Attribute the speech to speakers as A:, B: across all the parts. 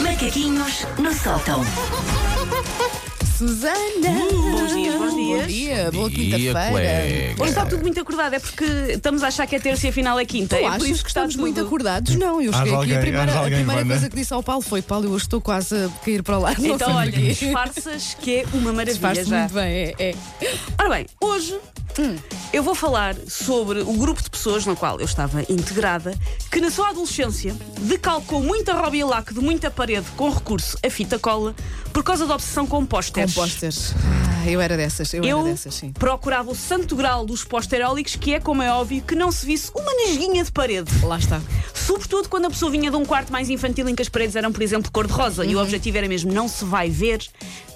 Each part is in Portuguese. A: Macaquinhos no sótão.
B: Susana!
C: Uh, bons dias, bons
B: Bom
C: dias. Então,
B: dia, boa
D: Bom dia,
B: quinta-feira.
D: colega.
C: Hoje está tudo muito acordado, é porque estamos a achar que é terça e afinal é quinta.
B: Tu
C: é por
B: achas
C: isso
B: que
C: que está
B: estamos
C: tudo...
B: muito acordados? Não, eu cheguei aqui
E: alguém-
B: a
E: hás
B: primeira, a
E: alguém,
B: primeira
E: Wanda?
B: coisa que disse ao Paulo foi: Paulo, eu hoje estou quase a cair para lá. não sei
C: Então, olha,
B: porquê."
C: disfarças que é uma maravilha
B: Faz-se
C: já.
B: muito bem, Hum. é. é.
C: Ora bem, hoje eu vou falar sobre o grupo de pessoas no qual eu estava integrada, que na sua adolescência decalcou muita robilac de muita parede com recurso a fita cola por causa da obsessão com pósteres.
B: Compostas. Ah, eu era dessas, eu,
C: Eu
B: era dessas, sim.
C: procurava o santo grau dos posterólicos, que é, como é óbvio, que não se visse uma nesguinha de parede.
B: Lá está.
C: Sobretudo quando a pessoa vinha de um quarto mais infantil em que as paredes eram, por exemplo, cor-de-rosa. E o
B: Uhum.
C: objetivo era mesmo não se vai ver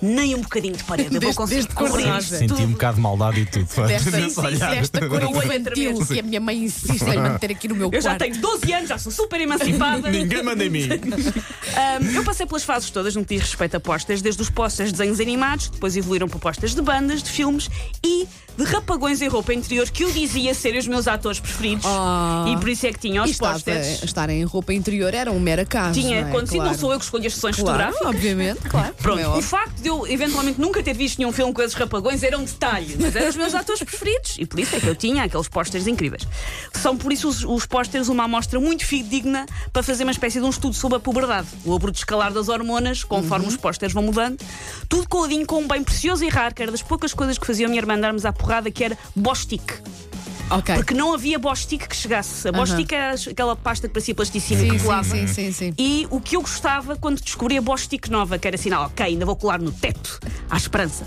C: nem um bocadinho de parede. Eu vou
B: Desde-
C: conseguir
B: desde cor-de-rosa.
C: corrigir
B: Senti
C: tudo.
D: Senti um bocado de maldade e tudo.
B: Desta,
D: Nesse olhar.
B: desta cor
C: Olho
B: infantil
C: através.
B: que a minha mãe insiste em manter aqui no meu
C: Eu
B: quarto.
C: já tenho 12 anos, já sou super emancipada.
D: Ninguém manda em
C: Tá
D: mim.
C: Ahm, eu passei pelas fases todas no que diz respeito a postas, desde os postas de desenhos animados, depois evoluíram para postas de bandas, de filmes e de rapagões em roupa interior que eu dizia serem os meus atores preferidos.
B: Ah.
C: E por isso é que tinha
B: E
C: os
B: estava,
C: postas.
B: estar em roupa interior era um mero caso.
C: Tinha
B: não é?
C: acontecido,
B: claro.
C: não sou eu que escolho as sessões
B: Claro,
C: fotográficas.
B: obviamente, claro. como
C: Pronto,
B: é
C: o
B: óbvio.
C: facto de eu eventualmente nunca ter visto nenhum filme com esses rapagões era um detalhe, mas eram os meus atores preferidos e por isso é que eu tinha aqueles pósteres incríveis. São por isso os, os pósteres uma amostra muito fidedigna para fazer uma espécie de um estudo sobre a puberdade, o abrupto escalar das hormonas, conforme os pósteres vão mudando, tudo coladinho com um bem precioso e raro, que era das poucas coisas que faziam a minha irmã darmos à porrada, que era Bostic.
B: Ok.
C: Porque não havia Bostic que chegasse. A Bostic era aquela pasta que parecia plasticina
B: Sim,
C: que colava.
B: sim, sim, sim, sim.
C: E o que eu gostava quando descobri a Bostic nova, que era sinal, ok, ainda vou colar no teto, à esperança.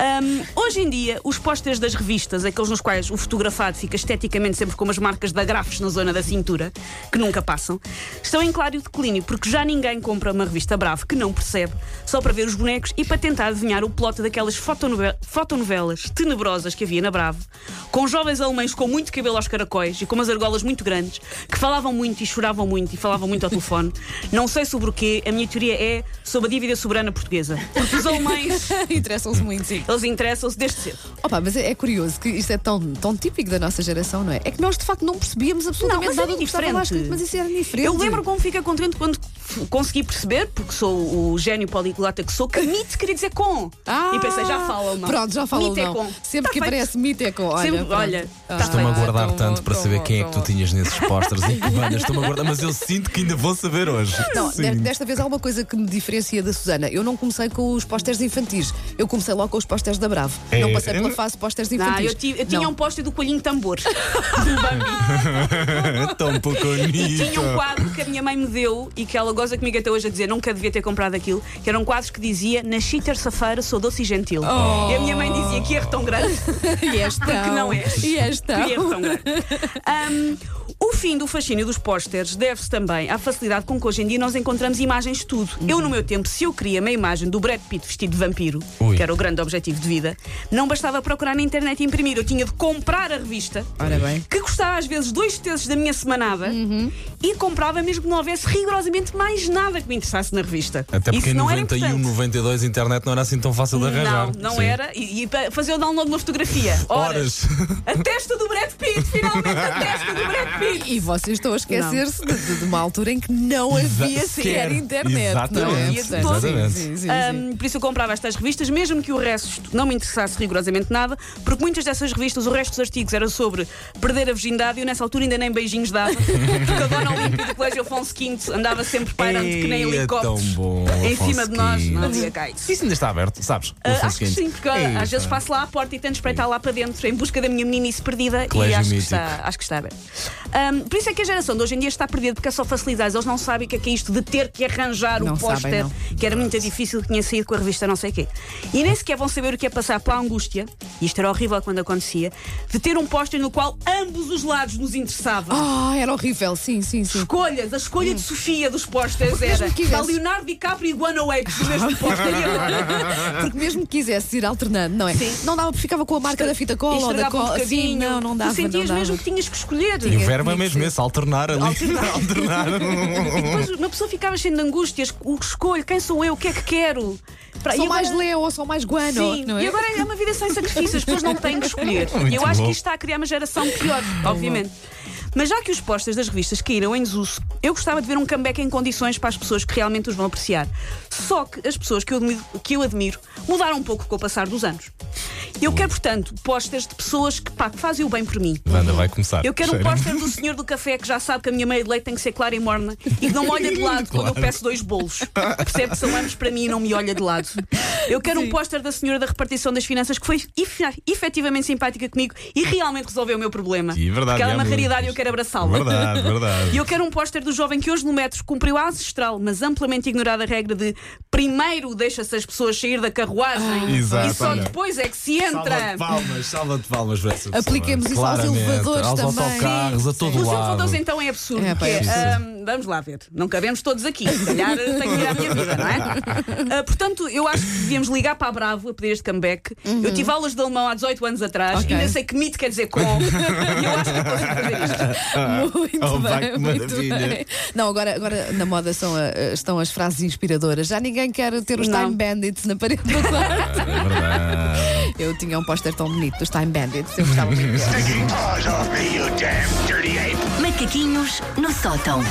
C: Ahm, hoje em dia, os pósteres das revistas, aqueles nos quais o fotografado fica esteticamente sempre com umas marcas da grafes na zona da cintura, que nunca passam, estão em claro declínio, porque já ninguém compra uma revista Bravo que não percebe, só para ver os bonecos e para tentar adivinhar o plot daquelas fotonove- fotonovelas tenebrosas que havia na Bravo, com jovens alemães com muito cabelo aos caracóis e com umas argolas muito grandes, que falavam muito e choravam muito e falavam muito ao telefone. Não sei sobre o quê, a minha teoria é sobre a dívida soberana portuguesa. Porque os alemães,
B: Interessam-se muito, sim.
C: eles interessam-se desde cedo.
B: Opa, mas é, é curioso que isto é tão, tão típico da nossa geração, não é? É que nós de facto não percebíamos absolutamente
C: mas
B: nada
C: era
B: do que estava lá
C: diferente.
B: escrito, mas isso era diferente.
C: Eu lembro como fica contente quando f- consegui perceber, porque sou o gênio poliglota que sou, que mit queria dizer com.
B: Ah,
C: e pensei, já falam, não.
B: Pronto, já falam
C: Mit é
B: não.
C: com.
B: Sempre
C: Tá
B: que
C: feito.
B: aparece mito é com. Olha,
C: Sempre-
B: pronto.
C: olha,
B: Ah,
C: tá
D: Estou-me a
C: feito.
D: guardar
B: tão
D: tanto
B: bom,
D: para
B: tão
D: saber
B: bom,
D: quem é
B: tão
D: que tu
B: bom.
D: tinhas nesses pósteres e que bandas. Estou-me a guardar, mas eu sinto que ainda vou saber hoje.
B: Não, de-
D: Sinto.
B: desta vez há uma coisa que me diferencia da Susana. Eu não comecei com os pósteres infantis. Eu comecei logo com os pósteres da Bravo.
E: É,
B: não passei pela
E: eu-
B: fase pósteres
C: Não,
B: infantis.
C: eu, ti- eu tinha
B: Não.
C: um póster do coelhinho tambor.
D: Tão pouco
C: tinha
D: é.
C: um quadro que a minha mãe me deu e que ela goza comigo até hoje a dizer nunca devia ter comprado aquilo, que era um quadro que dizia Nasci terça-feira, sou doce e gentil.
B: Oh.
C: E a minha mãe dizia que erro tão grande.
B: E és
C: Porque
B: tão.
C: não és.
B: é. E és tão.
C: Que erro tão grande. Ahm, o fim do fascínio dos pósteres deve-se também à facilidade com que hoje em dia nós encontramos imagens de tudo. Eu, no meu tempo, se eu queria uma imagem do Brad Pitt vestido de vampiro,
D: Ui.
C: que era o grande objetivo de vida, não bastava procurar na internet e imprimir. Eu tinha de comprar a revista,
B: Ora bem.
C: que custava às vezes dois terços da minha semanada, e comprava mesmo que não houvesse rigorosamente mais nada que me interessasse na revista.
D: Até porque
C: Isso
D: em
C: não era
D: 91,
C: importante.
D: 92 a internet não era assim tão fácil de arranjar.
C: Não, não
D: Sim.
C: era. E, e para fazer o download de uma fotografia.
D: Horas.
C: A testa do Brad Pitt, finalmente a testa do Brad Pitt.
B: E vocês estão a esquecer-se de, de- de uma altura em que não
D: Exa-
B: havia sequer
D: sequer.
B: internet. Não é?
D: Exatamente,
B: Portanto,
D: exatamente.
B: Sim, sim, sim, sim.
C: Ahm, por isso eu comprava estas revistas, mesmo que o resto não me interessasse rigorosamente nada, porque muitas dessas revistas, o resto dos artigos era sobre perder a virgindade e eu nessa altura ainda nem beijinhos dava, porque a dona Olímpia do Colégio Afonso V andava sempre pairando que nem
D: Ei, é tão
C: helicópteros
D: bom,
C: em
D: Afonso
C: cima de nós. Não
D: Quinto.
C: havia cá isso.
D: Isso ainda está aberto, sabes?
C: Ah,
D: Afonso
C: acho que
D: Quinto.
C: sim, porque
D: Ei,
C: às vezes passo lá à porta e tento espreitar lá para dentro em busca da minha meninice perdida e
D: Colégio
C: acho que,
D: mítico.
C: está, acho que está aberto. Ahm, por isso é que a geração de hoje em dia está perdida porque é só facilidades. Eles não sabem o que é, que é isto de ter que arranjar
B: Não
C: um
B: sabem,
C: póster
B: não.
C: que era muito difícil, que tinha saído com a revista não sei o quê. E nem sequer vão saber o que é passar pela angústia, e isto era horrível quando acontecia, de ter um póster no qual ambos os lados nos interessavam.
B: Ah, era horrível, sim, sim, sim.
C: Escolhas, a escolha de Sofia dos pósteres
B: Hum.
C: era
B: mesmo que
C: está
B: tivesse-
C: Leonardo DiCaprio e Guano X no mesmo
D: É
C: póster. E agora?
B: Porque mesmo que quisesse ir alternando, não é?
C: Sim.
B: Não dava, porque ficava com a marca da fita cola ou da
C: estragava um
B: cola.
C: bocadinho.
B: Sim, não, não dava.
C: Tu sentias
B: não dava.
C: mesmo que tinhas que escolher.
D: E o
B: Tinha-
D: verbo
B: tinha
D: é
B: que
D: mesmo
B: ser.
D: esse, alternar ali.
C: Alternar.
D: alternar.
C: E depois uma pessoa ficava cheia de angústias. O que escolho? Quem sou eu? O que é que quero? Pra-
B: São
C: e
B: mais
C: agora-
B: Leo ou são mais Guano.
C: Sim,
B: não é?
C: e agora é uma vida sem sacrifícios, as pessoas não têm que escolher.
D: Muito
C: e eu acho
D: bom.
C: que isto está a criar uma geração pior, obviamente. Mas já que os posters das revistas caíram em desuso, eu gostava de ver um comeback em condições para as pessoas que realmente os vão apreciar. Só que as pessoas que eu admiro, que eu admiro mudaram um pouco com o passar dos anos. Eu quero, portanto, posters de pessoas que, pá, que fazem o bem por mim.
D: Wanda, vai começar.
C: Eu quero um
D: Cheira.
C: póster do senhor do café que já sabe que a minha meia de leite tem que ser clara e morna e que não me olha de lado quando eu peço dois bolos. Percebe? São ambos para mim e não me olha de lado. Eu quero um póster da senhora da repartição das finanças que foi efe- efetivamente simpática comigo e realmente resolveu o meu problema.
D: E verdade,
C: Porque ela é
D: há
C: uma
D: muitos.
C: raridade e eu quero abraçá-la.
D: Verdade, verdade.
C: E eu quero um póster do jovem que hoje no metro cumpriu a ancestral, mas amplamente ignorada a regra de primeiro deixa-se as pessoas sair da carruagem
D: Ah, Exato,
C: e só
D: olha.
C: depois é que se
D: Salva
C: entra.
D: de palmas, salva de palmas. Vanessa.
B: Apliquemos isso aos
D: Claramente,
B: elevadores
D: aos
B: também.
D: autocarros, a todo
C: Os
D: lado.
C: elevadores então é absurdo.
B: É, pá, é
C: porque, ahm, vamos lá ver. Não cabemos todos aqui. Se calhar eh, tenho que ir à minha vida, não é? Ah, portanto, eu acho que devíamos ligar para a Bravo a pedir este comeback. Eu tive aulas de alemão há 18 anos atrás
B: Uhum. Ok.
C: e ainda sei que mito quer dizer com. e eu acho que eu consigo fazer isto.
B: Muito
D: Oh,
B: bem,
D: vai, que
B: muito
D: maravilha.
B: bem. Não, agora, agora na moda são a- estão as frases inspiradoras. Já ninguém quer ter os
C: Não.
B: Time Bandits na parede do quarto.
D: É verdade.
B: Eu tinha um póster tão bonito dos Time Bandits. Eu gostava muito.
E: Take your paws off me, you damn dirty ape!
A: Macaquinhos no sótão.